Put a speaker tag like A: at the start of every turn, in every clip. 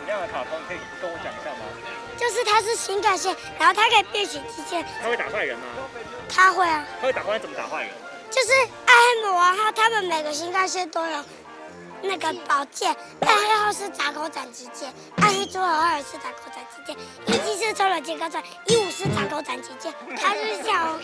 A: 的卡通，可以跟我讲一下吗？
B: 就是它是新干线，然后它可以变形机械，
A: 他会打坏人吗？
B: 它会啊，
A: 他会打坏人怎么打坏人？
B: 就是暗黑魔王号，他们每个新干线都有那个宝剑，暗黑号是杂狗斩击剑，暗黑朱豪二是杂狗斩击剑，一七是超人金刚钻，一五是杂狗斩击剑，它就是像。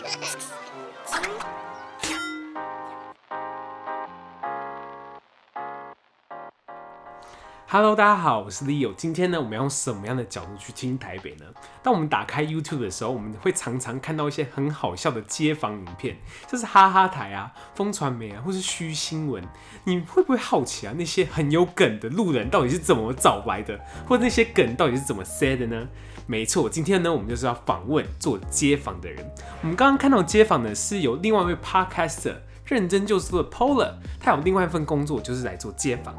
C: Hello，大家好，我是 Leo。今天呢，我们要用什么样的角度去听台北呢？当我们打开 YouTube 的时候，我们会常常看到一些很好笑的街访影片，像是哈哈台啊、风传媒啊，或是虚新闻。你会不会好奇啊？那些很有梗的路人到底是怎么找来的，或者那些梗到底是怎么塞的呢？没错，今天呢，我们就是要访问做街访的人。我们刚刚看到街访呢，是有另外一位 Podcaster 认真就做的 Polar，他有另外一份工作就是来做街访。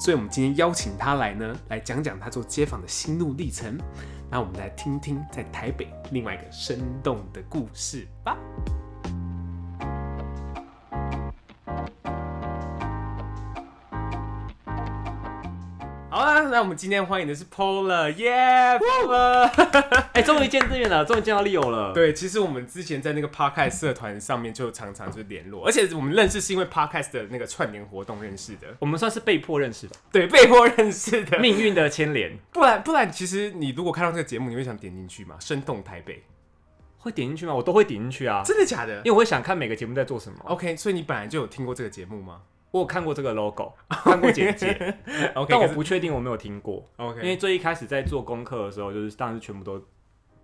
C: 所以我们今天邀请他来呢，来讲讲他做街访的心路历程。那我们来听听在台北另外一个生动的故事吧。好啦，那我们今天欢迎的是 Pola，耶、Pola！
D: 哎、终于见面了，终于见到 Leo 了。，
C: 对，其实我们之前在那个 Podcast 社团上面就常常就联络，而且我们认识是因为 Podcast 的那个串联活动认识的，
D: 我们算是被迫认识吧，
C: 对，被迫认识的。
D: 命运的牵连。
C: 不然不然，其实你如果看到这个节目，你会想点进去吗？生动台北，
D: 会点进去吗？我都会点进去啊，
C: 真的假的
D: 因为我会想看每个节目在做什么。
C: ？OK，所以你本来就有听过这个节目吗
D: 我有看过这个 logo，看过 简介，
C: ？OK，
D: 但我
C: 可是
D: 不确定我没有听过，因
C: OK，
D: 为最一开始在做功课的时候，就是当然是全部都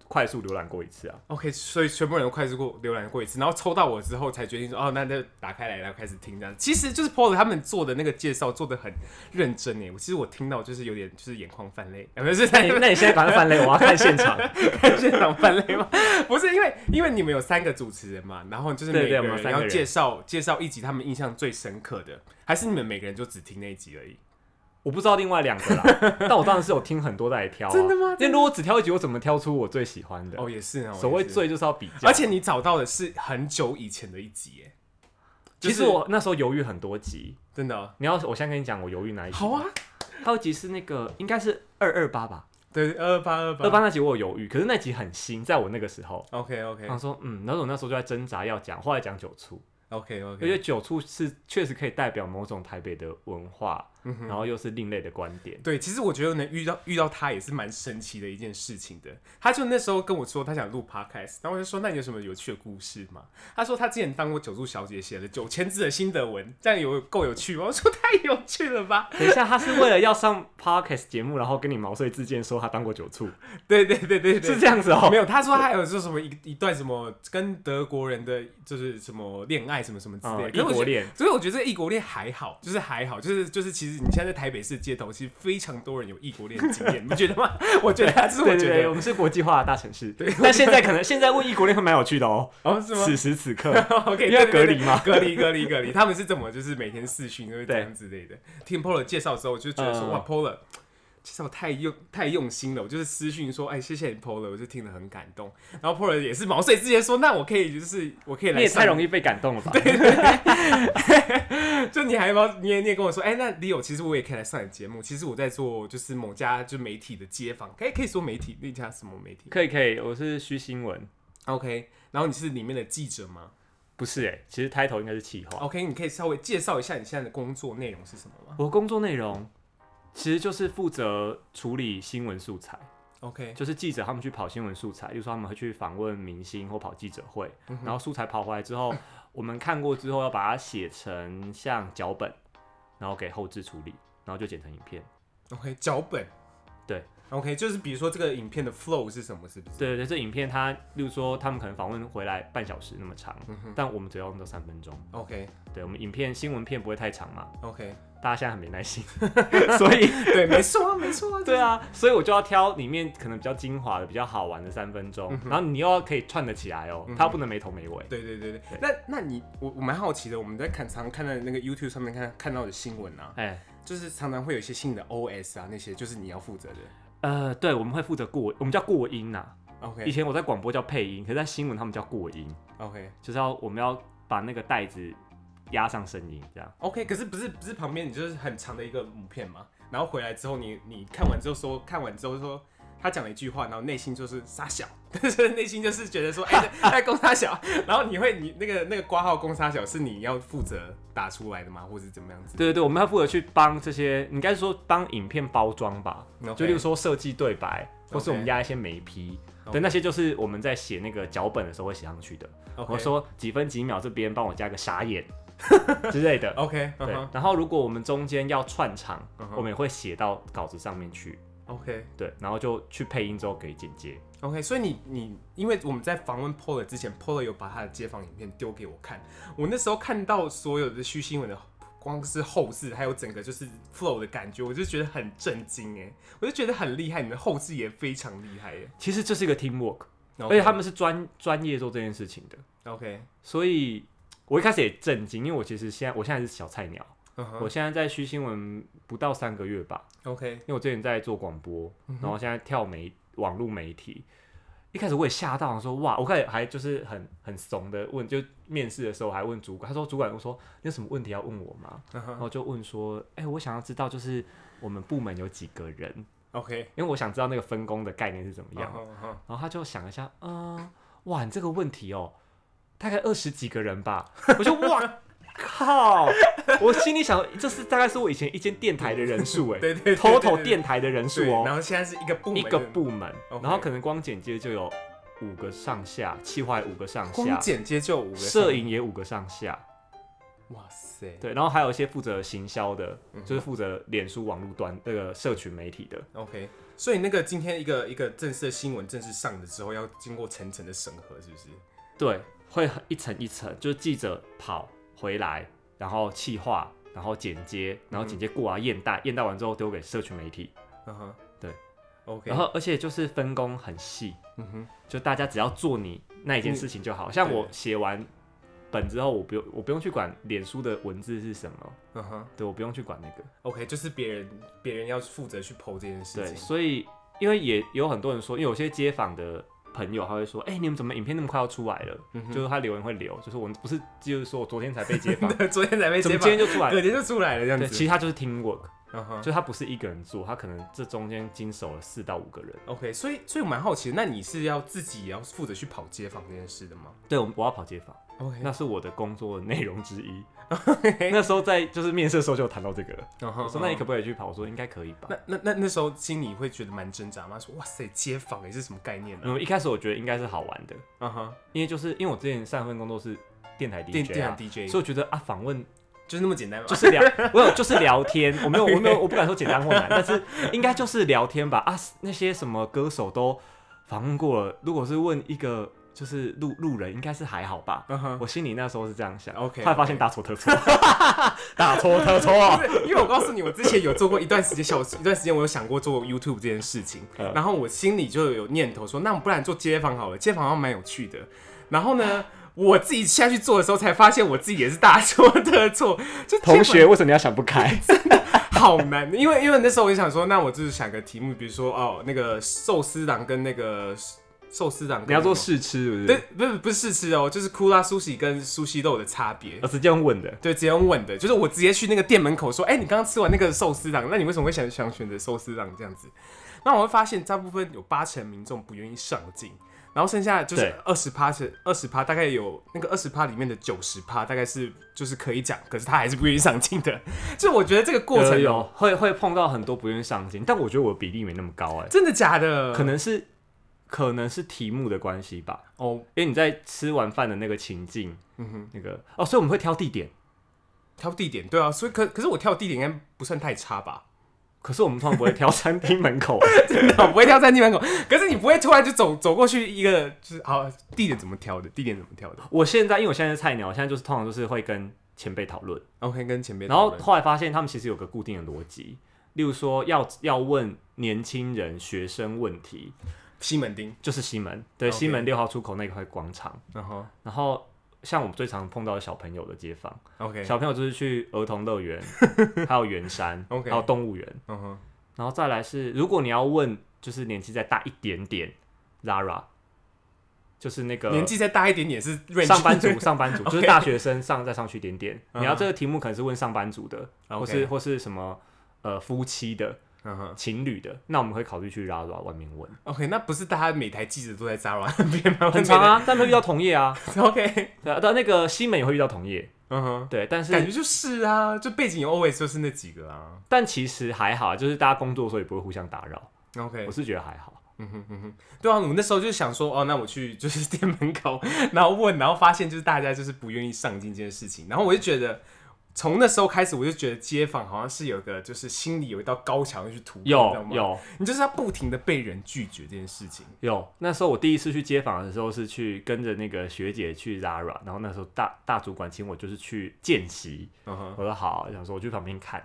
D: 快速浏览过一次啊。
C: OK，所以全部人都快速过浏览过一次，然后抽到我之后才决定说，哦，那就打开来，然后开始听这样。其实就是 Paul 他们做的那个介绍做的很认真欸诶，我其实我听到就是有点就是眼眶泛泪，啊不是
D: 那你那你现在赶快翻嘞，我要看现场。
C: 现场翻类吗？ 不是，因为因为你们有三个主持人嘛，然后就是
D: 对
C: 每
D: 对
C: 个
D: 我们有
C: 人
D: 三个
C: 要
D: 人
C: 介绍介绍一集他们印象最深刻的，还是你们每个人就只听那一集而已？
D: 我不知道另外两个啦，但我当然是有听很多在挑、啊。
C: 真的吗
D: 因为如果只挑一集，我怎么挑出我最喜欢的？
C: 哦，也是哦，
D: 所谓
C: 也是
D: 最就是要比较。
C: 而且你找到的是很久以前的一集耶，就
D: 其
C: 是
D: 实我那时候犹豫很多集，
C: 真的哦、
D: 你要我先跟你讲我犹豫哪一集。
C: 好啊，
D: 还有一集是那个应该是二二八吧，
C: 对，啊二八二八
D: 二八那集我有犹豫，可是那集很新，在我那个时候，
C: ，OK OK
D: 我想说嗯，然后我那时候就在挣扎要讲，后来讲九处，
C: OK
D: 我觉得
C: OK，
D: 九处是确实可以代表某种台北的文化，
C: 嗯哼
D: 然后又是另类的观点。
C: 对，其实我觉得能遇到遇到他也是蛮神奇的一件事情的。他就那时候跟我说他想录 podcast，然后我就说那你有什么有趣的故事吗？他说他之前当过九柱小姐，写了九千字的心得文，这样有够有趣吗？我说太有趣了 吧？
D: 等一下，他是为了要上 podcast 节目，然后跟你毛遂自荐说他当过九处，
C: 对对对对对，
D: 是这样子哦、
C: 没有，他说他有说什么一一段什么跟德国人的就是什么恋爱什么什么之类的，
D: 嗯
C: 可是我
D: 异国
C: 觉得
D: 恋
C: 所以我觉得这个异国恋还好，就是还好，就是就是其实你现在在台北市街头，其实非常多人有异国恋的经验，你不觉得吗？ 我觉得啊，这是我
D: 对
C: 觉
D: 对
C: 得
D: 对，我们是国际化的大城市。
C: 对
D: 但现在可能现在问异国恋会蛮有趣 的哦、
C: 哦是吗
D: 此时此 刻，
C: ？OK，
D: 因为要
C: 对对对
D: 隔离嘛
C: 隔离隔离隔离，他们是怎么就是每天视讯就是这
D: 对
C: 样之类的。听 Polar 介绍之后，我就觉得说、
D: 嗯
C: 哇，Polar 介绍太用太用心了，我就是私讯说哎谢谢你 Polar，我就听得很感动。然后 Polar 也是毛遂自荐说那我可以就是我可以来，
D: 你也太容
C: 易，
D: 易被感动了吧？
C: 就你还毛你也你也跟我说哎、那 Leo 其实我也可以来上你节目，其实我在做就是某家就媒体的街访，可以可以说媒体那家什么媒体
D: 可以可以，我是虚新闻，
C: ？OK，然后你是里面的记者吗
D: 不是哎、其实 title 应该是企划。
C: ？OK，你可以稍微介绍一下你现在的工作内容是什么吗
D: 我工作内容其实就是负责处理新闻素材，
C: ？OK，
D: 就是记者他们去跑新闻素材，例如说他们会去访问明星或跑记者会，
C: 嗯
D: 然后素材跑回来之后，我们看过之后要把它写成像脚本，然后给后置处理，然后就剪成影片。
C: OK，脚本。
D: 对
C: ，OK，就是比如说这个影片的 flow 是什么，是不是？
D: 对对对，这影片它，例如说他们可能访问回来半小时那么长，
C: 嗯哼
D: 但我们只要用到三分钟。
C: ，OK
D: 对我们影片新闻片不会太长嘛，
C: OK，
D: 大家现在很没耐心， 所以
C: 对，没错啊，没错啊，
D: 对啊，所以我就要挑里面可能比较精华的、比较好玩的三分
C: 嗯
D: 钟，然后你又要可以串得起来哦，它不能没头没尾。
C: 对对对对。那那你我我蛮好奇的，我们在看常看到的那个 YouTube 上面看看到的新闻啊，
D: 哎，
C: 就是常常会有一些新的 OS 啊，那些就是你要负责的。
D: 呃，对，我们会负责过，我们叫过音呐、以
C: OK
D: 前我在广播叫配音，可是在新闻他们叫过音，
C: OK
D: 就是要我们要把那个袋子压上声音这样。
C: OK，可是不是不是旁边你就是很长的一个母片嘛，然后回来之后你你看完之后说看完之后说。他讲了一句话，然后内心就是傻小， 但是内心就是觉得说，哎、在在攻沙小， 然后你会你那个那个挂号攻沙小是你要负责打出来的吗，或是怎么样子？
D: 对对对，我们要负责去帮这些，应该是说帮影片包装吧
C: OK
D: 就例如说设计对白，或是
C: OK
D: 我们压一些眉批
C: OK
D: 对，那些就是我们在写那个脚本的时候会写上去的。
C: OK
D: 我说几分几秒这边帮我加个 傻眼之类的。
C: ，OK，嗯
D: 对
C: 哼，
D: 然后如果我们中间要串场
C: 嗯哼
D: 我们也会写到稿子上面去，
C: ，OK，
D: 对，然后就去配音之后给剪接。
C: OK，所以你你，因为我们在访问 Polar 之前，Polar 有把他的街访影片丢给我看，我那时候看到所有的虚新闻的，光是后置还有整个就是 flow 的感觉，我就觉得很震惊哎，我就觉得很厉害，你的后置也非常厉害欸耶，
D: 其实这是一个 teamwork，、
C: 而
D: 而且他们是专专业做这件事情的，
C: OK，
D: 所以我一开始也震惊，因为我其实现在我现在是小菜鸟。
C: 嗯哼
D: 我现在在虚新闻不到三个月吧，
C: ，OK，
D: 因为我之前在做广播，然后现在跳媒网络媒体。一开始我也吓到，我说哇，我开始还就是很很怂的问，就面试的时候还问主管，他说主管我说你有什么问题要问我吗？
C: 嗯
D: 然
C: 哼
D: 后就问说，哎、我想要知道就是我们部门有几个人，
C: ，OK，
D: 因为我想知道那个分工的概念是怎么
C: 嗯
D: 样。
C: 哼嗯哼
D: 然后他就想了一下，嗯、哇，你这个问题哦，大概二十几个人吧。 我就哇靠，我心里想，这是大概是我以前一间电台的人 数哎，
C: 对对对对
D: t
C: 对
D: o t a l 电台的人数
C: 对，然
D: 哦，
C: 后现在是一个部门
D: 一个部门，
C: OK
D: 然后可能光剪接就有五个上下，企划有五个上
C: 光
D: 下，
C: 剪接就有五个
D: 摄，影也五个上下，
C: 哇塞，
D: 对，然后还有一些负责行销的，
C: 嗯哼
D: 就是负责脸书网络端那个社群媒体的，
C: OK，所以那个今天一个一个正式的新闻正式上的时候，要经过层层的审核，是不是？
D: 对，会很一层一层，就是记者跑回来，然后企划，然后剪接，然后剪接过来啊验带，验带完之后丢给社群媒体，
C: 嗯哼，
D: 对
C: ，OK，
D: 然后而且就是分工很细，
C: 嗯哼，
D: 就大家只要做你那一件事情就好。像我写完本之后，我不用我不用去管脸书的文字是什么，
C: 嗯哼
D: 对我不用去管那个，
C: ，OK，就是别人别人要负责去剖这件事
D: 对，
C: 情，
D: 所以因为也有很多人说，因为有些街访的。朋友他会说：“哎、你们怎么影片那么快要出来了？”
C: 嗯
D: 就是他留言会留，就是我们不是就是说我昨天才 被街访，
C: 对，昨天才被
D: 怎
C: 解
D: 么
C: 绑
D: 今天就出来了
C: 隔？天就出来了这样
D: 对，
C: 子，
D: 其实他就是 team work，
C: 嗯哼
D: 就他不是一个人做，他可能这中间经手了四到五个人。
C: ，OK，所以所以我蛮好奇的，那你是要自己也要负责去跑街访这件事的吗
D: 对，我我要跑街访，
C: ？OK，
D: 那是我的工作内容之一。 那时候在就是面试的时候就有谈到这个了，
C: 嗯哼
D: 我说那你可不可以去跑？我说应该可以吧。
C: 那那那那时候心里会觉得蛮挣扎吗？说哇塞，街访也是什么概念呢、
D: 嗯，一开始我觉得应该是好玩的，
C: 嗯哼，
D: 因为就是因为我之前上份工作是电台
C: 电
D: DJ
C: 电
D: 啊
C: 台。DJ
D: 所以我觉得啊，访问
C: 就是那么简单吗？
D: 就是聊， 我有就是聊天，我没 有我没有我不敢说简单或难，但是应该就是聊天吧啊，那些什么歌手都访问过了，如果是问一个就是路路人，应该是还好吧，
C: 嗯哼
D: 我心里那时候是这样想
C: OK，
D: 后来发现大错特错， 大错特错。
C: 因为我告诉你，我之前有做过一段时间小 一段时间，我有想过做 YouTube 这件事情，
D: 嗯
C: 然后我心里就有念头说，那不然做街访好了，街访好像蛮有趣的。然后呢， 我自己下去做的时候，才发现我自己也是大错特错， 就街访
D: 为什么你要想不开？
C: 好难，因为因为那时候我就想说，那我就是想个题目，比如说哦，那个寿司郎跟那个寿司郎跟
D: 你要做
C: 什么
D: 试吃，是不
C: 对
D: 是？，
C: 不是不是试吃哦，就是库拉苏喜跟苏西肉的差别
D: 我。直接用问的，
C: 对，直接用问的，就是我直接去那个店门口说，哎、你刚刚吃完那个寿司郎，那你为什么会想想选择寿司郎这样子？那我会发现，大部分有八成民众不愿意上镜，然后剩下就是
D: 对
C: 二十趴是二十趴，大概有那个二十趴里面的九十趴，大概是就是可以讲，可是他还是不愿意上镜的。 就我觉得这个过程哦
D: 有有会会碰到很多不愿意上镜，但我觉得我的比例没那么高哎，
C: 真的假的？
D: 可能是可能是题目的关系吧。
C: 哦，
D: 因为你在吃完饭的那个情境，
C: 嗯哼，
D: 那个哦，所以我们会挑地点，
C: 挑地点对啊，所以可可是我挑地点应该不算太差吧？
D: 可是我们通常不会挑 餐厅门口，
C: 我不会挑餐厅门口，可是你不会突然就走走过去一个就是好地点怎么挑的？地点怎么挑的？
D: 我现在因为我现在是菜鸟，我现在就是通常就是会跟前辈讨论，
C: OK，跟前辈
D: 然后
C: 讨论
D: 后来发现他们其实有个固定的逻辑，例如说要要问年轻人学生问题，
C: 西门町，
D: 就是西门，对
C: OK
D: 西门六号出口那块广场，
C: 然后
D: 然后。像我们最常碰到的小朋友的街坊，
C: OK，
D: 小朋友就是去儿童 乐园，还有圆山
C: OK
D: 还有动物园，
C: 嗯哼，
D: 然后再来是，如果你要问，就是年纪再大一点点，Lara，就是那个
C: 年纪再大一点点是 range
D: 呃上 班族，上班族
C: OK
D: 就是大学生上再上去一点点。
C: 嗯
D: 你要这个题目可能是问上班族的，
C: OK
D: 或是或是什么呃夫妻的、
C: 嗯哼
D: 情侣的，那我们会考虑去 Zara 外面问。
C: ，OK，那不是大家每台记者都在 Zara 那边吗？
D: 很长啊，但会遇到同业啊，
C: 每台，OK，
D: 对啊，但那个西门也会遇到同业，
C: 嗯哼，
D: 对，但
C: 感觉
D: 是
C: 就是啊，就背景 always 就是那几个啊
D: 但其实还好，啊就是大家工作的时候也不会互相打扰，
C: ，OK，
D: 我是觉得还好。
C: 嗯哼嗯哼，对啊，我那时候就想说，哦，那我去就是店门口，然后问，然后发现就是大家就是不愿意上进这件事情，然后我就觉得，从那时候开始，我就觉得街坊好像是有个就是心里有一道高墙要去突破，你知道
D: 有
C: 吗，
D: 有
C: 你就是要不停的被人拒绝这件事情，
D: 有，那时候我第一次去街访的时候是去跟着那个学姐去 Zara，然后那时候大大主管请我就是去见习，
C: 嗯哼，
D: 我说好，想说我去旁边看。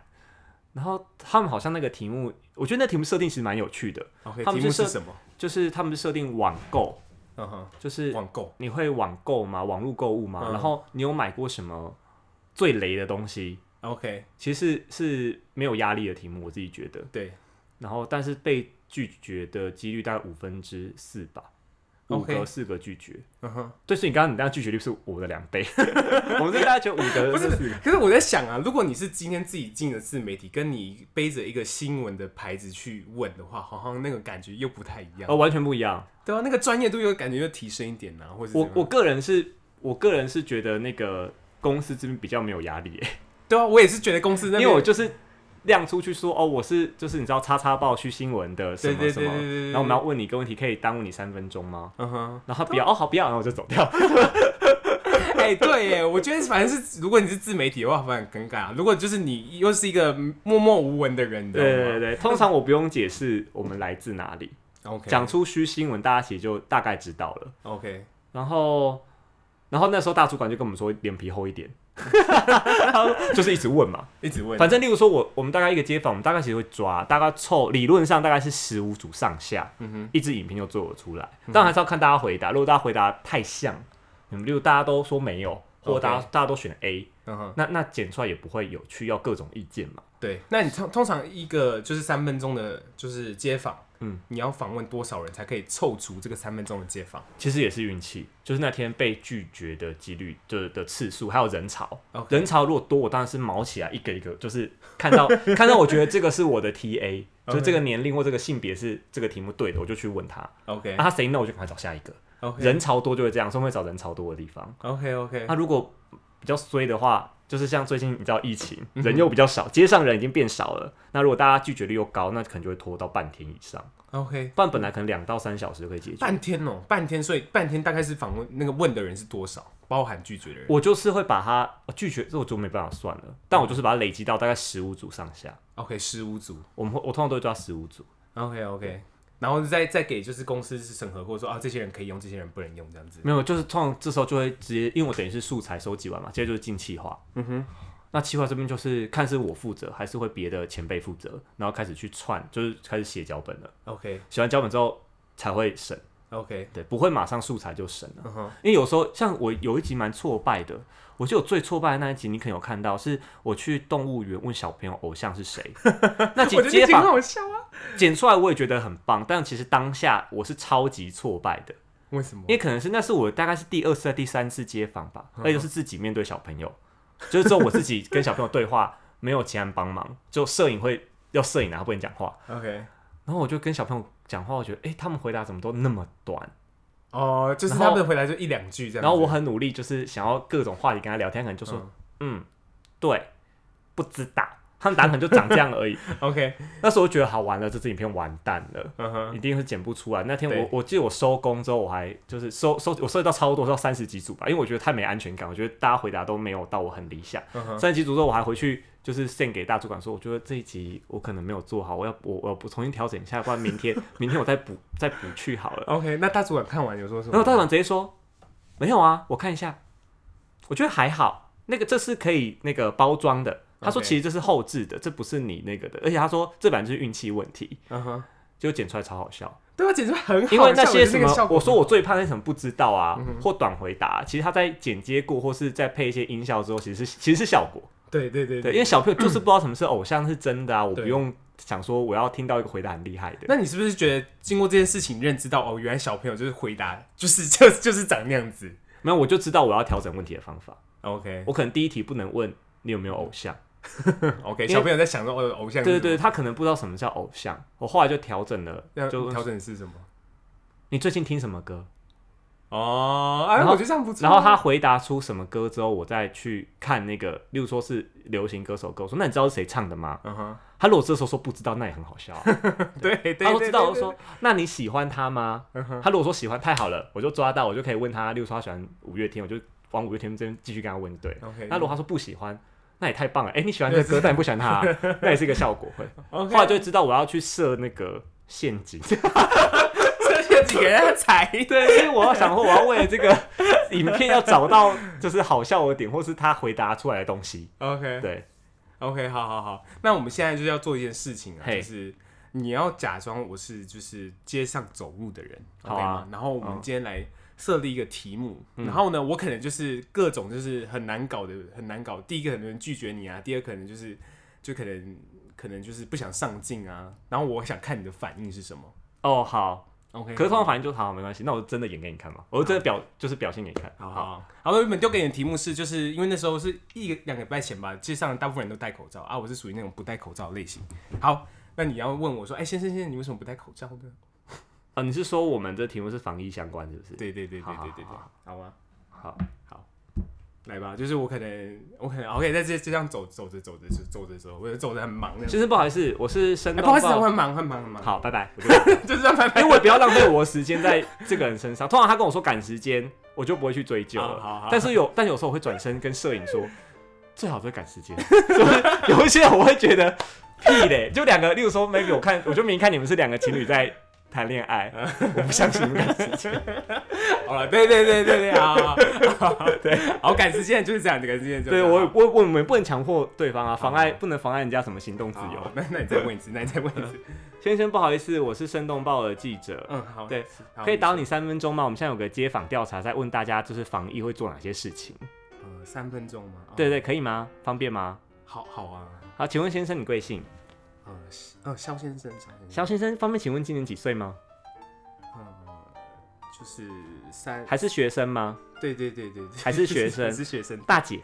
D: 然后他们好像那个题目，我觉得那题目设定其实蛮有趣的，
C: ，OK，
D: 他
C: 题
D: 们
C: 目
D: 就是
C: 是什么？
D: 就是他们设定网购，
C: 嗯哼，
D: 就是
C: 网购，
D: 你会网购吗？网络购物吗？
C: 嗯
D: 然后你有买过什么最雷的东西？
C: ，OK，
D: 其实是是没有压力的题目，我自己觉得。
C: 对
D: 然后，但是被拒绝的几率大概五分之四吧，五
C: OK
D: 个四个拒绝。
C: 嗯哼，
D: 对，所以你刚刚你那拒绝率是我的两 倍，我们这大概就五个，
C: 不 是
D: 就四个。，
C: 可是我在想啊，如果你是今天自己进的自媒体，跟你背着一个新闻的牌子去问的话，好像那个感觉又不太一样
D: 呃，。完全不一样。
C: 对啊，那个专业度又感觉又提升一点呐、或者
D: 我我个人是，我个人是觉得那个公司这边比较没有压 力耶，
C: 对啊，我也是觉得公司那
D: 因
C: 边
D: 为我就是亮出去说哦，我是就是你知道叉叉报区新闻的什么
C: 对对
D: 什么
C: 对对对对，
D: 然后我们要问你一个问题，可以耽误你三分钟 吗？
C: 嗯哼，
D: 然后他不要哦，好不要，然后我就走 掉。
C: 哎、对耶，我觉得反正是如果你是自媒体的话，反正很尴尬；啊如果就是你又是一个默默无闻的人，你知
D: 对
C: 道吗
D: 对对对，通常我不用解释我们来自哪 里，
C: o k
D: 讲出虚新闻，大家其实就大概知道了。
C: OK，
D: 然后，然后那时候大主管就跟我们说脸皮厚 一点，他说就是一直问嘛。
C: 一直问，
D: 反正例如说我我们大概一个街坊，我们大概其实会抓，大概凑理论上大概是十五组上下，
C: 嗯哼，嗯
D: 一支影片就做得出来。当然还是要看大家回答，如果大家回答太像，嗯，例如大家都说没有，或者大家
C: OK
D: 大家都选 A，
C: 嗯哼，
D: 那那剪出来也不会有趣，要各种意见嘛。
C: 对。那你通通常一个就是三分钟的，就是街访，
D: 嗯，
C: 你要访问多少人才可以凑足这个三分钟的街访
D: 其实也是运气，就是那天被拒绝的几率的的次数，还有人潮。
C: ？OK，
D: 人潮如果多，我当然是毛起来一个一个，就是看到 看到，我觉得这个是我的 TA，就是这个年龄或这个性别是这个题目对的，我就去问他。
C: OK
D: 啊，他 say no，我就赶快找下一个。
C: OK
D: 人潮多就会这样，所以我会找人潮多的地方。啊
C: OK OK，
D: 那、如果比较衰的话，就是像最近你知道疫情，
C: 嗯
D: 人又比较少，街上人已经变少了。那如果大家拒绝率又高，那可能就会拖到半天以上。
C: OK，
D: 不然本来可能两到三小时就可以解决。
C: 半天哦，半天，所以半天大概是访问那个问的人是多少，包含拒绝的人。
D: 我就是会把它呃拒绝，这我就没办法算了。但我就是把它累积到大概十五组上下，
C: OK，十五组。
D: 我们会我通常都会抓十五组。
C: OK OK，然后再再给就是公司是审核过说啊，这些人可以用，这些人不能用这样子。
D: 没有，就是通常这时候就会直接，因为我等于是素材收集完嘛，接着就是进企划。嗯哼，那企划这边就是看是我负责，还是会别的前辈负责，然后开始去串，就是开始写脚本了。
C: OK
D: 写完脚本之后才会审，
C: OK，
D: 对，不会马上素材就审了。
C: 嗯哼，
D: 因为有时候像我有一集蛮挫败的，我就有最挫败的那一集，你可能有看到，是我去动物园问小朋友偶像是 谁，那集
C: 我觉得
D: 街
C: 挺
D: 访
C: 好笑啊。
D: 剪出来我也觉得很棒，但其实当下我是超级挫败的。
C: 为什么
D: 因？为可能是那是我大概是第二次、还是第三次接访吧，
C: 嗯
D: 而且就是自己面对小朋友， 就是只有我自己跟小朋友对话，没有其他人帮忙，就摄影会要摄影啊，不能讲话。
C: OK，
D: 然后我就跟小朋友讲话，我觉得诶，他们回答怎么都那么短，
C: 哦，就是
D: 然后
C: 他们回来就一两句这样子。
D: 然后我很努力，就是想要各种话题跟他聊天，可能就说
C: 嗯
D: 嗯对，不知道，他们答案可能就长这样而已。
C: 嗯 OK，
D: 那时候我觉得好完了，这支影片完蛋了。
C: 嗯哼，
D: 一定是剪不出来。那天
C: 对
D: 我我记得我收工之后，我还就是收收我收集到超多，到三十几组吧，因为我觉得太没安全感，我觉得大家回答都没有到我很理想。
C: 嗯哼，
D: 三十几组之后，我还回去就是献给大主管说，我觉得这一集我可能没有做好，我要我我要重新调整一下，不然明天明天我再补再补去好了。
C: OK，那大主管看完有说什么？
D: 然哦后大主管直接说，没有啊，我看一下，我觉得还好，那个这是可以那个包装的。他说
C: OK
D: 其实这是后置的，这不是你那个的，而且他说这版就是运气问题，
C: 嗯哼，
D: 就剪出来超好笑。
C: 对啊，简直很好
D: 因为那
C: 笑
D: 些
C: 我觉
D: 什
C: 得那个
D: 么
C: 效，果嗯
D: 我说我最怕那什么不知道啊，或短回答，其实他在剪接过或是在配一些音效之后，其实是其实是效果。
C: 对对对
D: 对，因为小朋友就是不知道什么是偶像是真的啊，我不
C: 对
D: 用想说我要听到一个回答很厉害的。
C: 那你是不是觉得经过这件事情认知到哦，原来小朋友就是回答就是就就是长那样子
D: 没有，我就知道我要调整问题的方法。
C: ？OK，
D: 我可能第一题不能问你有没有偶像，
C: OK，
D: 因为
C: 小朋友在想说，哦，偶像是
D: 对对
C: 什么，
D: 对，他可能不知道什么叫偶像。我后来就调整了，
C: 要
D: 就
C: 调整是什么？
D: 你最近听什么歌？
C: 哦，哎，
D: 然后
C: 我觉得这样不错。
D: 然后他回答出什么歌之后，我再去看那个，例如说是流行歌手歌，我说那你知道是谁唱的吗？
C: 嗯哼，
D: 他如果这时候说不知道，那也很好笑啊、
C: 对对，
D: 他说
C: 对
D: 知
C: 对嗯
D: 道，我说那你喜欢他吗？他如果说喜欢，太好了，我就抓到，我就可以问他，例如说他喜欢五月天，我就往五月天这边继续跟他问，对。
C: OK，
D: 那如果他说不喜欢，那也太棒 了，哎，你喜欢这个歌，但你不喜欢他啊、那也是一个效果会。
C: OK，
D: 后来就会知道我要去设那个陷阱，
C: 这些几个人才，
D: 对，因为我要想说，我要为了这个影片要找到就是好笑的点，或是他回答出来的东西。
C: OK
D: 对，
C: OK，好好好，那我们现在就是要做一件事情啊，
D: 嘿
C: 就是你要假装我是就是街上走路的人
D: 好
C: ，OK
D: 啊
C: 吗？然后我们
D: 嗯
C: 今天来设立一个题目，然后呢，我可能就是各种就是很难搞的，很难搞。第一个可能拒绝你啊，第二可能就是就可能可能就是不想上镜啊，然后我想看你的反应是什么。
D: 哦，好。
C: OK，
D: 可是通常反应就好，没关系。那我真的演给你看嘛，我就真的表就是表现给你看。
C: 好好，好，然后原本丢给你的题目是，就是因为那时候是一个两个礼拜前吧，街上大部分人都戴口罩啊，我是属于那种不戴口罩的类型。好，那你要问我说，哎、先生先生，你为什么不戴口罩呢？
D: 啊，你是说我们这题目是防疫相关，是不是？
C: 对对对对
D: 好好
C: 对对对，
D: 好好啊
C: 好吗？
D: 好，
C: 来吧，就是我可能我可能 OK，在这街上走走着走着走走着走，我就走着很忙的。
D: 先生不好意思，我是生
C: 哎，
D: 动
C: 不好意思，
D: 报
C: 我很忙，很忙，很忙。，
D: 好，拜拜。我就
C: 就是这样拍拍
D: 因为我也不要浪费我的时间在这个人 身上。通常他跟我说赶时间，我就不会去追究
C: 好啊好好
D: 了。但是有，但有时候我会转身跟摄影说，最好在赶时间。 所以有一些我会觉得屁嘞，就两个，例如说 maybe 我看，我就明明看你们是两个情侣在谈恋爱，
C: 嗯
D: 我不相信你 们赶时间。
C: 好了，对对对对对，好，好好好 对，好，赶时间就是这样，赶时间就是这
D: 对
C: 样
D: 我，我我们不能强迫对方啊，妨碍
C: 好
D: 不能妨碍人家什么行动自
C: 好好
D: 由
C: 好。那那你再问一次，那你再问一次，
D: 先生，不好意思，我是生动报的记者，
C: 嗯，好，
D: 对
C: 好，
D: 可以打扰你三分钟吗？我们现在有个街访调查，在问大家就是防疫会做哪些事情。
C: 呃三分钟吗？哦
D: 对，对，可以吗？方便吗？
C: 好好啊。
D: 好，请问先生，你贵姓？
C: 呃，呃，肖先生，肖先
D: 肖
C: 生，嗯
D: 先生，方便请问今年几岁吗？
C: 就是三，
D: 还是学生吗？
C: 对对对对对，
D: 还是学生
C: 还是学生，
D: 大姐，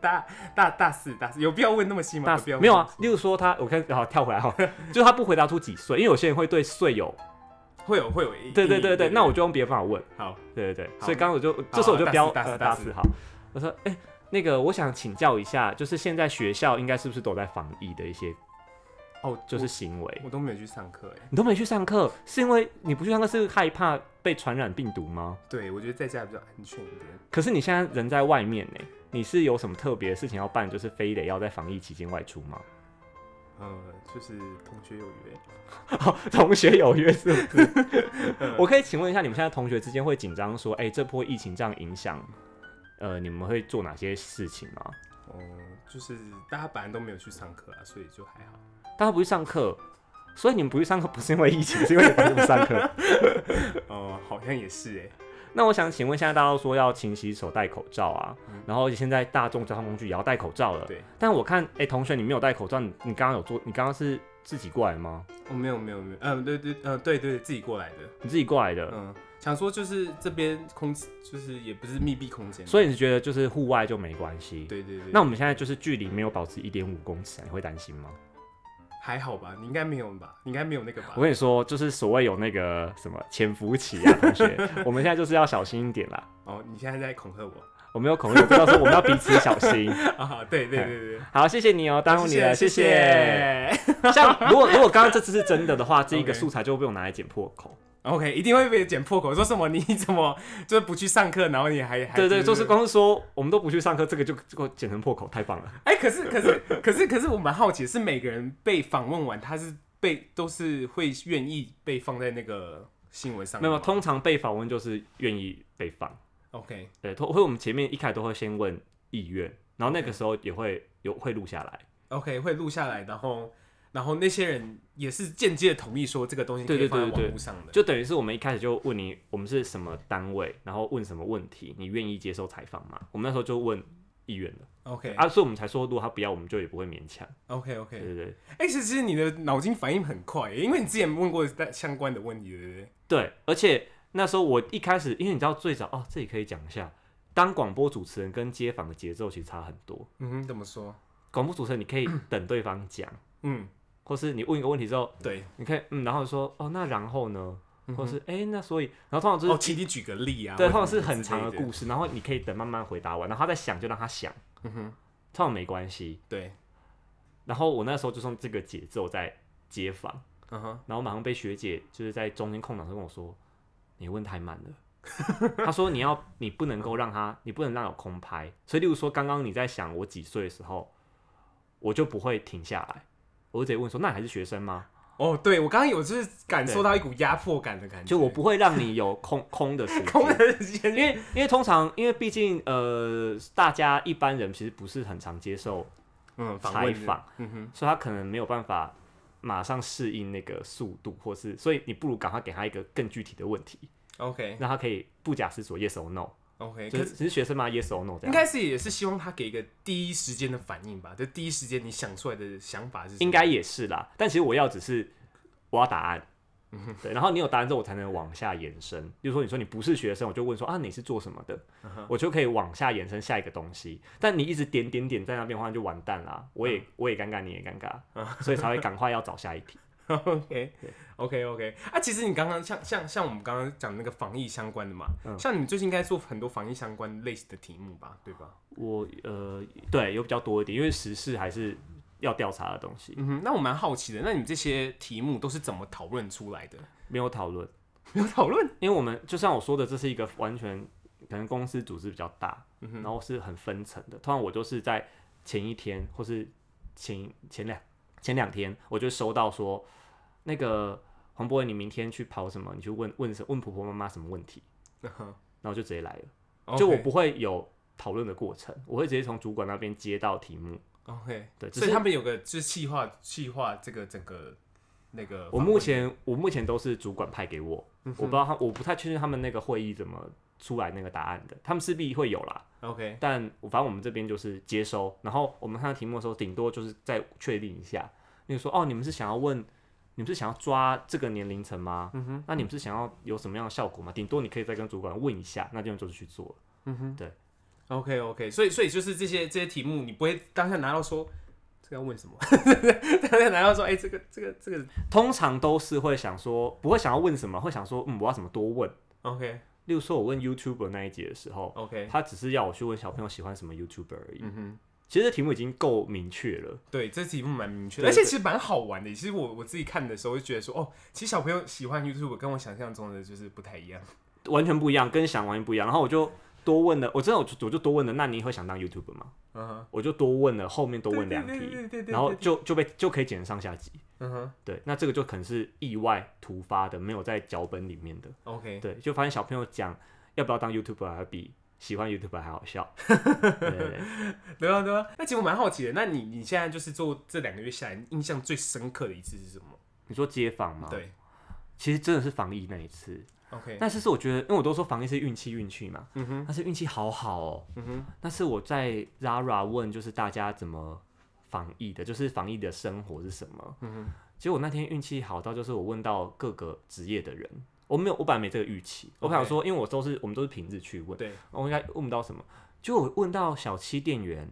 C: 大大大四大四，有必要问那么细吗？
D: 大
C: 有必要
D: 没有啊
C: 问？那
D: 例
C: 么
D: 如说他，我看好跳回来哈，哦就是他不回答出几岁，因为有些人会对岁有，
C: 细会有会有一，
D: 对对
C: 一
D: 对对，那我就用别的方法问，
C: 好，
D: 对对对，
C: 好
D: 所以刚刚我就这时候我就
C: 大四
D: 标
C: 大四
D: 呃
C: 大
D: 大
C: 四
D: 四好，我说哎、那个我想请教一下，就是现在学校应该是不是都在防疫的一些
C: 哦，
D: 就是行为
C: 我？我都没有去上课哎，
D: 你都没去上课，是因为你不去上课是害怕被传染病毒吗？
C: 对我觉得在家比较安全一点。
D: 可是你现在人在外面呢、你是有什么特别的事情要办，就是非得要在防疫期间外出吗？
C: 呃，就是同学有约，
D: 同学有约是不是？我可以请问一下，你们现在同学之间会紧张说，哎、这波疫情这样影响，呃，你们会做哪些事情吗？
C: 哦，就是大家本来都没有去上课啊，所以就还好。
D: 大家不去上课，所以你们不去上课不是因为疫情，是因为你们不上课。
C: 哦，好像也是哎，
D: 那我想请问，现在大家都说要勤洗手、戴口罩啊，然后现在大众交通工具也要戴口罩了。
C: 对，
D: 但我看，哎、同学，你没有戴口罩，你你刚刚有做，你刚刚是自己过来吗？
C: 哦，没有没有没有，嗯，对对，呃，对对，自己过来的。
D: 你自己过来的，
C: 嗯，想说就是这边空气就是也不是密闭空间，
D: 所以你觉得就是户外就没关系？。
C: 对对对，
D: 那我们现在就是距离没有保持一点五公尺啊，你会担心吗？
C: 还好吧？你应该没有吧？你应该没有那个吧
D: 我？跟你说，就是所谓有那个什么潜伏期啊，同学， 我们现在就是要小心一点啦。
C: 哦，你现在在恐吓我
D: 我没有恐惧，我知道说我们要彼此小心。
C: 啊？对对对对，
D: 好，谢谢你哦，耽误你了，
C: 谢
D: 谢像如果如果刚刚这次是真的的话，这一个
C: OK
D: 素材就被我拿来剪破口。
C: OK，一定会被剪破口，说什么你怎么就是不去上课，然后你还还
D: 对对，就是光是说我们都不去上课，这个就就剪成破口，太棒了。
C: 哎，可是可是 可是可是我蛮好奇，是每个人被访问完，他是被都是会愿意被放在那个新闻上
D: 没
C: 的吗，
D: 有，通常被访问就是愿意被访。
C: OK
D: 对，通会我们前面一开始都会先问意愿，然后那个时候也会有会录下来。
C: OK 会录下来，然后然后那些人也是间接的同意说这个东西可以
D: 对对
C: 放在
D: 对对
C: 网络上的。
D: 就等于是我们一开始就问你，我们是什么单位，然后问什么问题，你愿意接受采访吗？我们那时候就问意愿了
C: OK
D: 啊，所以我们才说，如果他不要，我们就也不会勉强。
C: OK
D: 对
C: OK，
D: 对对
C: 哎、其实其实你的脑筋反应很快耶，因为你之前问过相关的问题，对不对？
D: 对，而且那时候我一开始，因为你知道最早哦，这里可以讲一下，当广播主持人跟街访的节奏其实差很多。
C: 嗯哼，怎么说？
D: 广播主持人你可以等对方讲，
C: 嗯，
D: 或是你问一个问题之后，
C: 对。
D: 你可以嗯，然后说哦，那然后呢？或是哎、诶那所以，然后通常就
C: 嗯
D: 是、
C: 哦，请你举个例啊。
D: 对，
C: 或者
D: 通常
C: 什么
D: 是很长的
C: 之类
D: 故。事，然后你可以等慢慢回答完，然后他在想就让他想，
C: 嗯哼，
D: 通常没关系。
C: 对，
D: 然后我那时候就是用这个节奏在接访，
C: 嗯哼，
D: 然后马上被学姐就是在中间空档就跟我说：“你问太慢了。” 她说：“你要你不能够让他，你不能让有空拍。所以，例如说刚刚你在想我几岁的时候，我就不会停下来，我就直接问说：那你还是学生吗？
C: 哦，对我刚刚有就是感受到一股压迫感的感觉，
D: 就我不会让你有空空的时
C: 空
D: 间。”
C: 的时间，
D: 因为，因为通常，因为毕竟，呃，大家一般人其实不是很常接受
C: 嗯，访
D: 采
C: 问
D: 访，，
C: 嗯哼，
D: 所以他可能没有办法马上适应那个速度，或是，所以你不如赶快给他一个更具体的问题，
C: ，OK
D: 让他可以不假思索 yes or no，
C: OK，
D: 就
C: 哎可
D: 是
C: 是
D: 只是学生嘛 yes or no 这
C: 应
D: 样，
C: 该是也是希望他给一个第一时间的反应吧，就第一时间你想出来的想法是什么
D: 应该也是啦。但其实我要只是我要答案，对，然后你有答案之后，我才能往下延伸。比如说你说你不是学生，我就问说啊你是做什么的，我就可以往下延伸下一个东西。但你一直点点点在那边的话，就完蛋啦，我也我也尴尬，你也尴尬，所以才会赶快要找下一题。
C: OK OK OK 啊，其实你刚刚像像像我们刚刚讲那个防疫相关的嘛，
D: 嗯
C: 像你们最近应该做很多防疫相关类似的题目吧，对吧？
D: 我呃，对，有比较多一点，因为时事还是要调查的东西，
C: 嗯哼，那我蛮好奇的，那你们这些题目都是怎么讨论出来的？
D: 没有讨论。
C: 没有讨 论，
D: 因为我们就像我说的，这是一个完全可能公司组织比较大，
C: 嗯
D: 然后是很分层的。通常我就是在前一天或是前前两前两天，我就收到说那个黄博文，你明天去跑什么？你去问问什问婆婆妈妈什么问题？然后就直接来了，就我
C: OK，
D: 不会有讨论的过程，我会直接从主管那边接到题目。
C: OK，
D: 对只
C: 所以
D: 是
C: 他们有个就是气化气化这个整个那个
D: 我
C: 访
D: 目
C: 问嗯
D: 前我目前都是主管派给我，我不知道他，我不太确定他们那个会议怎么出来那个答案的，他们势必会有啦。
C: OK
D: 但我反正我们这边就是接收，然后我们看到题目的时候，顶多就是再确定一下。例如说，哦，你们是想要问，你们是想要抓这个年龄层吗？嗯哼，那你们是想要有什么样的效果吗？顶多你可以再跟主管问一下，那就就是去做了。
C: OK OK，所以所以就是这些这些题目，你不会当下拿到说这个要问什么， 当下拿到说哎、这个这个这个
D: 通常都是会想说，不会想要问什么，会想说，嗯，我要怎么多问。
C: OK
D: 例如说，我问 YouTuber 那一节的时候，
C: OK，
D: 他只是要我去问小朋友喜欢什么 YouTuber 而已。其实这题目已经够明确了。
C: 嗯对，这题目蛮明确的，
D: 对
C: 而且
D: 对
C: 其实蛮好玩的。其实我我自己看的时候就觉得说，哦，其实小朋友喜欢 YouTube 跟我想象中的就是不太一样。
D: 完全不一样，跟想完全不一样。然后我就多问了，我真的我就我就多问了，那你会想当 YouTube 吗？
C: 嗯哼，
D: 我就多问了，后面多问两
C: 对对对对对
D: 题
C: 对，对
D: 然后就就被就可以剪成上下集。
C: 嗯哼
D: 对，那这个就可能是意外突发的，没有在脚本里面的。
C: ，OK，
D: 对，就发现小朋友讲要不要当 YouTube 还比喜欢 YouTube 还好笑。 对对对
C: 对啊对啊。那其实我蛮好奇的，那你你现在就是做这两个月下来，你印象最深刻的一次是什么？
D: 你说街访吗？，
C: 对
D: 其实真的是防疫那一次，
C: ，OK，
D: 那次是我觉得，因为我都说防疫是运气，运气嘛，
C: 嗯哼，
D: 但是运气好好哦。
C: 嗯哼，
D: 那是我在 Zara 问，就是大家怎么防疫的，就是防疫的生活是什么。嗯哼，结果那天运气好到，就是我问到各个职业的人，我没有，我本来没这个预期，我想说，因为我都是我们都是平日去问，
C: 对，
D: 我应该问不到什么，就我问到小七店员，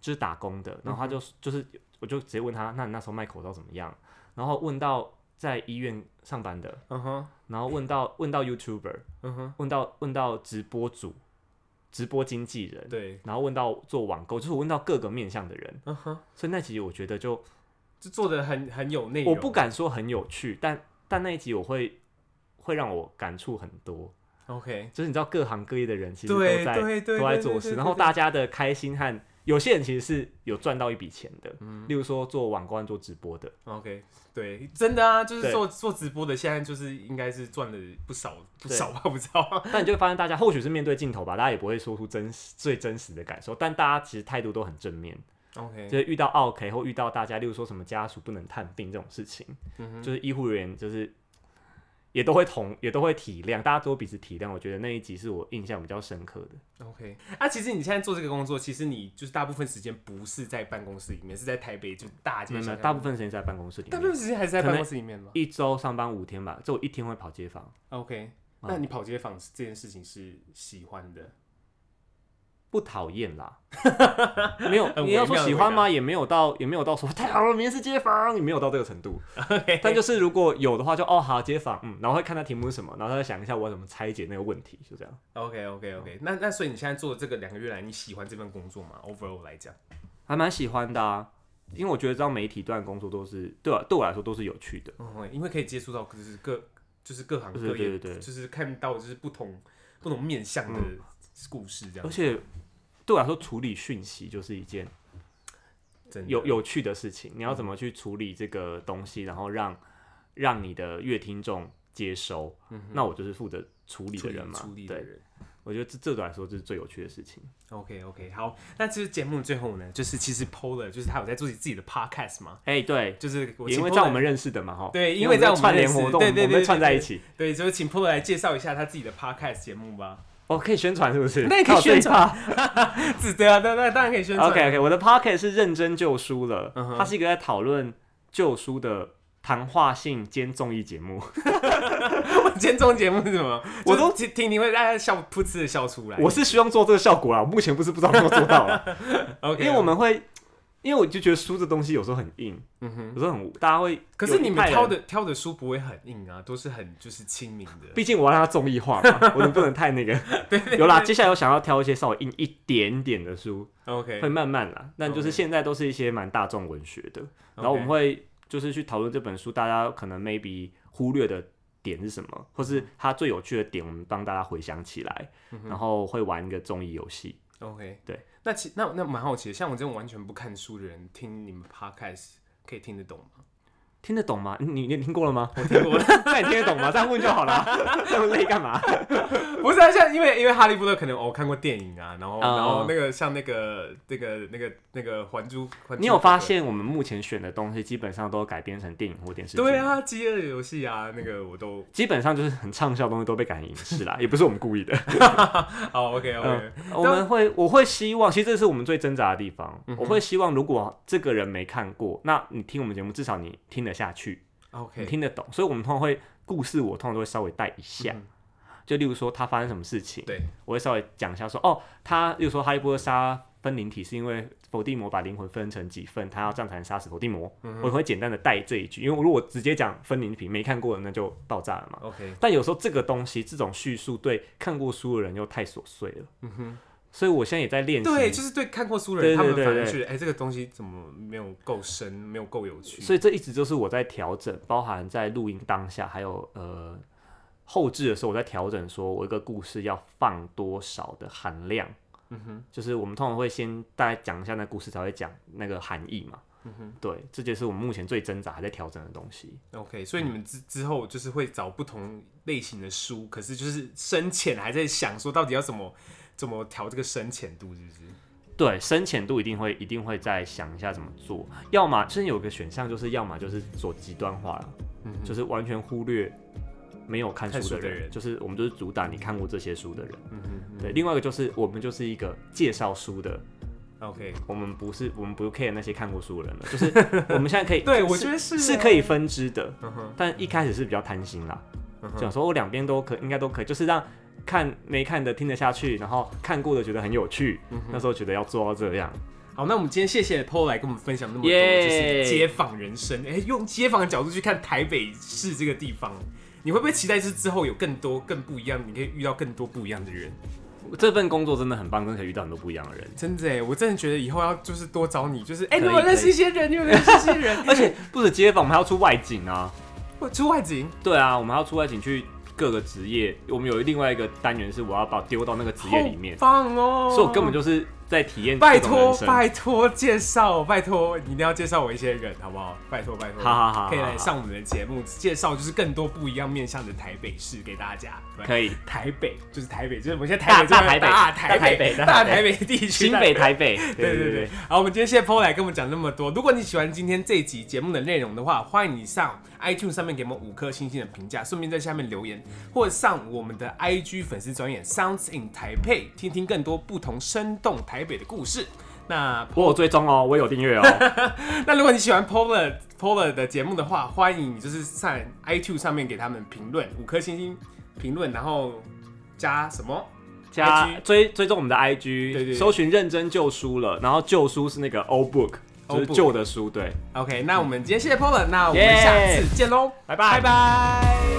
D: 就是打工的，然后他
C: 嗯
D: 就、就是我就直接问他，那你那时候卖口罩怎么样？然后问到在医院上班的，
C: 嗯哼，
D: 然后问到问到 YouTuber，
C: 嗯哼，
D: 问到问到直播主、直播经纪人，
C: 对，
D: 然后问到做网购，就是我问到各个面向的人，
C: 嗯哼，
D: 所以那集我觉得就
C: 就做的很很有内容。
D: 我不敢说很有趣，但但那一集我会会让我感触很多，
C: OK，
D: 就是你知道各行各业的人其实都
C: 对
D: 在
C: 对对，
D: 都在
C: 对
D: 做
C: 对
D: 事，
C: 对
D: 然后
C: 对
D: 大家的开心和有些人其实是有赚到一笔钱的，
C: 嗯
D: 例如说做网购和做直播的，
C: OK，对，真的啊，就是
D: 对
C: 做做直播的，现在就是应该是赚了不少不
D: 对
C: 少吧，不知道。
D: 但你就会发现大家或许是面对镜头吧，大家也不会说出真实最真实的感受，但大家其实态度都很正面。
C: OK，
D: 就是遇到 OK 或遇到大家，例如说什么家属不能探病这种事情，
C: 嗯
D: 就是医护人员就是也都会同也都会体谅，大家都彼此体谅。我觉得那一集是我印象比较深刻的。
C: OK，啊，其实你现在做这个工作，其实你就是大部分时间不是在办公室里面，是在台北，就大街
D: 没有没
C: 小
D: 有，
C: 巷
D: 大部分时间在办公室里
C: 大部分
D: 面，
C: 时间还是在
D: 可
C: 办
D: 能
C: 公室里面吗
D: 一周上班五天吧，就我一天会跑街访。啊
C: ？OK，那你跑街访这件事情是喜欢的
D: 不讨厌 啦，没有
C: 很微
D: 你要说
C: 妙的回
D: 喜欢
C: 答
D: 吗？也没有到也没有到说太好了，明天是街访，也没有到这个 程度。但就是如果有的话就，哦好街访，嗯，然后会看他题目是什么，然后再想一下我要怎么拆解那个问题，就这样。
C: OK OK OK，那那所以你现在做的这个两个月来，你喜欢这份工作吗？Overall 来讲，
D: 还蛮喜欢的、啊，因为我觉得这样媒体段工作都是对啊我对我来说都是有趣的。
C: 嗯，因为可以接触到就是各就是各行各业，
D: 对对对对
C: 就是看到就是不同不同面向的故事这样
D: 而，且对我来说，处理讯息就是一件
C: 真的
D: 有有趣的事情。你要怎么去处理这个东西，然后让让你的乐听众接收？那我就是负责处理
C: 处
D: 的
C: 理
D: 人嘛
C: 嗯处。理的
D: 对，
C: 人。
D: 我觉得这这对我来说就是最有趣的事情。
C: OK OK，好，那这是节目最后呢，就是其实 Polar 就是他有在做自己的 podcast 嘛，
D: 哎、对，
C: 就是我
D: 因为
C: 请
D: 在
C: Polar-
D: 我们认识的嘛，哈。
C: 对因
D: 因
C: 为在
D: 我
C: 我们
D: 们串联
C: 认识
D: 活动，
C: 对对对
D: 我们被串在一
C: 对
D: 起。
C: 对，所以请 Polar 来介绍一下他自己的 podcast 节目吧。
D: 哦，可以宣传是不是？
C: 那也可以
D: 靠这一
C: 宣传啊
D: 趴
C: 是对啊，那那当然可以宣 传。
D: OK OK，我的 Pocket 是认真救书了，
C: 嗯哼
D: 它是一个在讨论救书的谈话性兼综艺节目。
C: 今天综节目是什么？
D: 我都
C: 就是听你会大家笑噗嗤的笑出来。
D: 我是希望做这个效果啦，我目前不是不知道有没有做 到啦，
C: OK，
D: 因为我们会，因为我就觉得书这东西有时候很硬，
C: 嗯哼，
D: 有时候很无，大家会。
C: 可是你们挑
D: 有一派人，
C: 的挑的书不会很硬啊，都是很就是亲民的。
D: 毕竟我要让它综艺化 嘛，我能不能太那个？有啦，接下来我想要挑一些稍微硬一点点的书，
C: OK，
D: 会慢慢啦。但就是
C: OK
D: 现在都是一些蛮大众文学的，然后我们会就是去讨论这本书，大家可能 maybe 忽略的点是什么，或是它最有趣的点，我们帮大家回想起来，
C: 嗯
D: 然后会玩一个综艺游戏。
C: OK，
D: 对。
C: 那其那那蛮好奇的，像我这种完全不看书的人，听你们 podcast 可以听得懂吗？
D: 听得懂吗？ 你你听过了吗？
C: 我听过了，
D: 那你听得懂吗？这样问就 好了，这样累干嘛？
C: 不是啊，像因为因为哈利波特可能我、哦、看过电影啊，然后、
D: 嗯
C: 然后那个像那个那个那个那个还珠，还珠
D: 你有发
C: 格格？
D: 现我们目前选的东西基本上都改编成电影或电视剧？
C: 对。啊，饥饿游戏啊，那个我都
D: 基本上就是很畅销的东西都被改成影视啦，也不是我们故意的。
C: 哦 OK OK，、
D: 嗯我们会，我会希望，其实这是我们最挣扎的地方。
C: 嗯
D: 我会希望，如果这个人没看过，那你听我们节目，至少你听得下去。你
C: OK，
D: 哦听得懂，所以我们通常会故事，我通常都会稍微带一下。就例如说他发生什么事情，
C: 嗯对，
D: 我会稍微讲一下说，哦，他例如说哈利波特杀分灵体是因为伏地魔把灵魂分成几份，他要这样才能杀死伏地魔。
C: 嗯
D: 我会简单的带这一句，因为如果直接讲分灵体没看过的那就爆炸了嘛。
C: OK，
D: 但有时候这个东西，这种叙述对看过书的人又太琐碎了。嗯
C: 哼，
D: 所以我现在也在练习。
C: 对，就是对看过书的人，
D: 对对
C: 他们
D: 对
C: 反而
D: 对
C: 觉得，哎、这个东西怎么没有够深，没有够有趣？
D: 所以这一直就是我在调整，包含在录音当下，还有呃后置的时候，我在调整，说我一个故事要放多少的含量。嗯哼，就是我们通常会先大概讲一下那故事，才会讲那个含义嘛。嗯哼，对，这就是我们目前最挣扎还在调整的东西。
C: OK，所以你们之之后就是会找不同类型的书，可是就是深浅还在想说到底要怎么怎么调这个深浅度，是不是？
D: 对，深浅度一定会一定会再想一下怎么做，要么甚至有个选项就是要么就是走极端化了，
C: 嗯
D: 就是完全忽略没有嗯看
C: 看
D: 书的
C: 书的
D: 人，嗯
C: 人
D: 就是我们就是主打你看过这些书的人。
C: 嗯
D: 对，另外一个就是我们就是一个介绍书的，
C: OK，
D: 我们不是我们不 care 那些看过书的人了，就是我们现在 可以，
C: 对
D: 是
C: 我觉得是
D: 是啊
C: 欸
D: 可以分支的，
C: 嗯哼，
D: 但一开始是比较贪心啦，
C: 嗯
D: 想
C: 哼，
D: 说我哦两边都可应该都可以，就是让看没看的听得下去，然后看过的觉得很有趣，那时候觉得要做到这样。
C: 好，那我们今天谢谢 Paul 来跟我们分享那么多
D: 耶
C: 就是街访人生，哎、用街访的角度去看台北市这个地方，你会不会期待是之后有更多更不一样，你可以遇到更多不一样的人？
D: 这份工作真的很棒，真的可以遇到很多不一样的人，
C: 真的哎，我真的觉得以后要就是多找你，就是哎、
D: 可以
C: 你有没有认识一些人？你有没有认识一些 人？
D: 而且不止街访，我们还要出外景啊。
C: 我出外景，
D: 对啊，我们还要出外景去各个职业。我们有另外一个单元是我要把我丢到那个职业里面
C: 好，棒哦！
D: 所以我根本就是在体验
C: 拜
D: 这种人
C: 托
D: 生。
C: 拜托介绍，拜托你一定要介绍我一些人，好不好？拜托拜托，
D: 好好好好
C: 可以来上我们的节目，介绍就是更多不一样面向的台北市给大家。
D: 可
C: 以，
D: 以，
C: 台北就是台北，就是我们现在台北
D: 大
C: 这边大
D: 大台北
C: 台北
D: 大台北
C: 大台北地区，
D: 新北、台北，
C: 对对对，好，我们今天谢谢 Paul 来跟我们讲那么多。如果你喜欢今天这一集节目的内容的话，欢迎你上 iTunes 上面给我们五颗星星的评价，顺便在下面留言，或者上我们的 IG 粉丝专页 Sounds in 台北，听听更多不同生动台北的故事。那
D: 我有追踪哦，我有订阅 哦。
C: 那如果你喜欢 Polar Polar 的节目的话，欢迎你就是上 iTunes 上面给他们评论五颗星星评论，然后加什么
D: 加
C: IG
D: 追追踪我们的 IG，
C: 对对
D: 搜寻认真旧书了，然后旧书是那个 old book，就
C: Old
D: 是
C: book
D: 旧的书，对，
C: OK，那我们今天谢谢 Paul，了那我们
D: 耶
C: 下次见喽，
D: 拜拜
C: 拜拜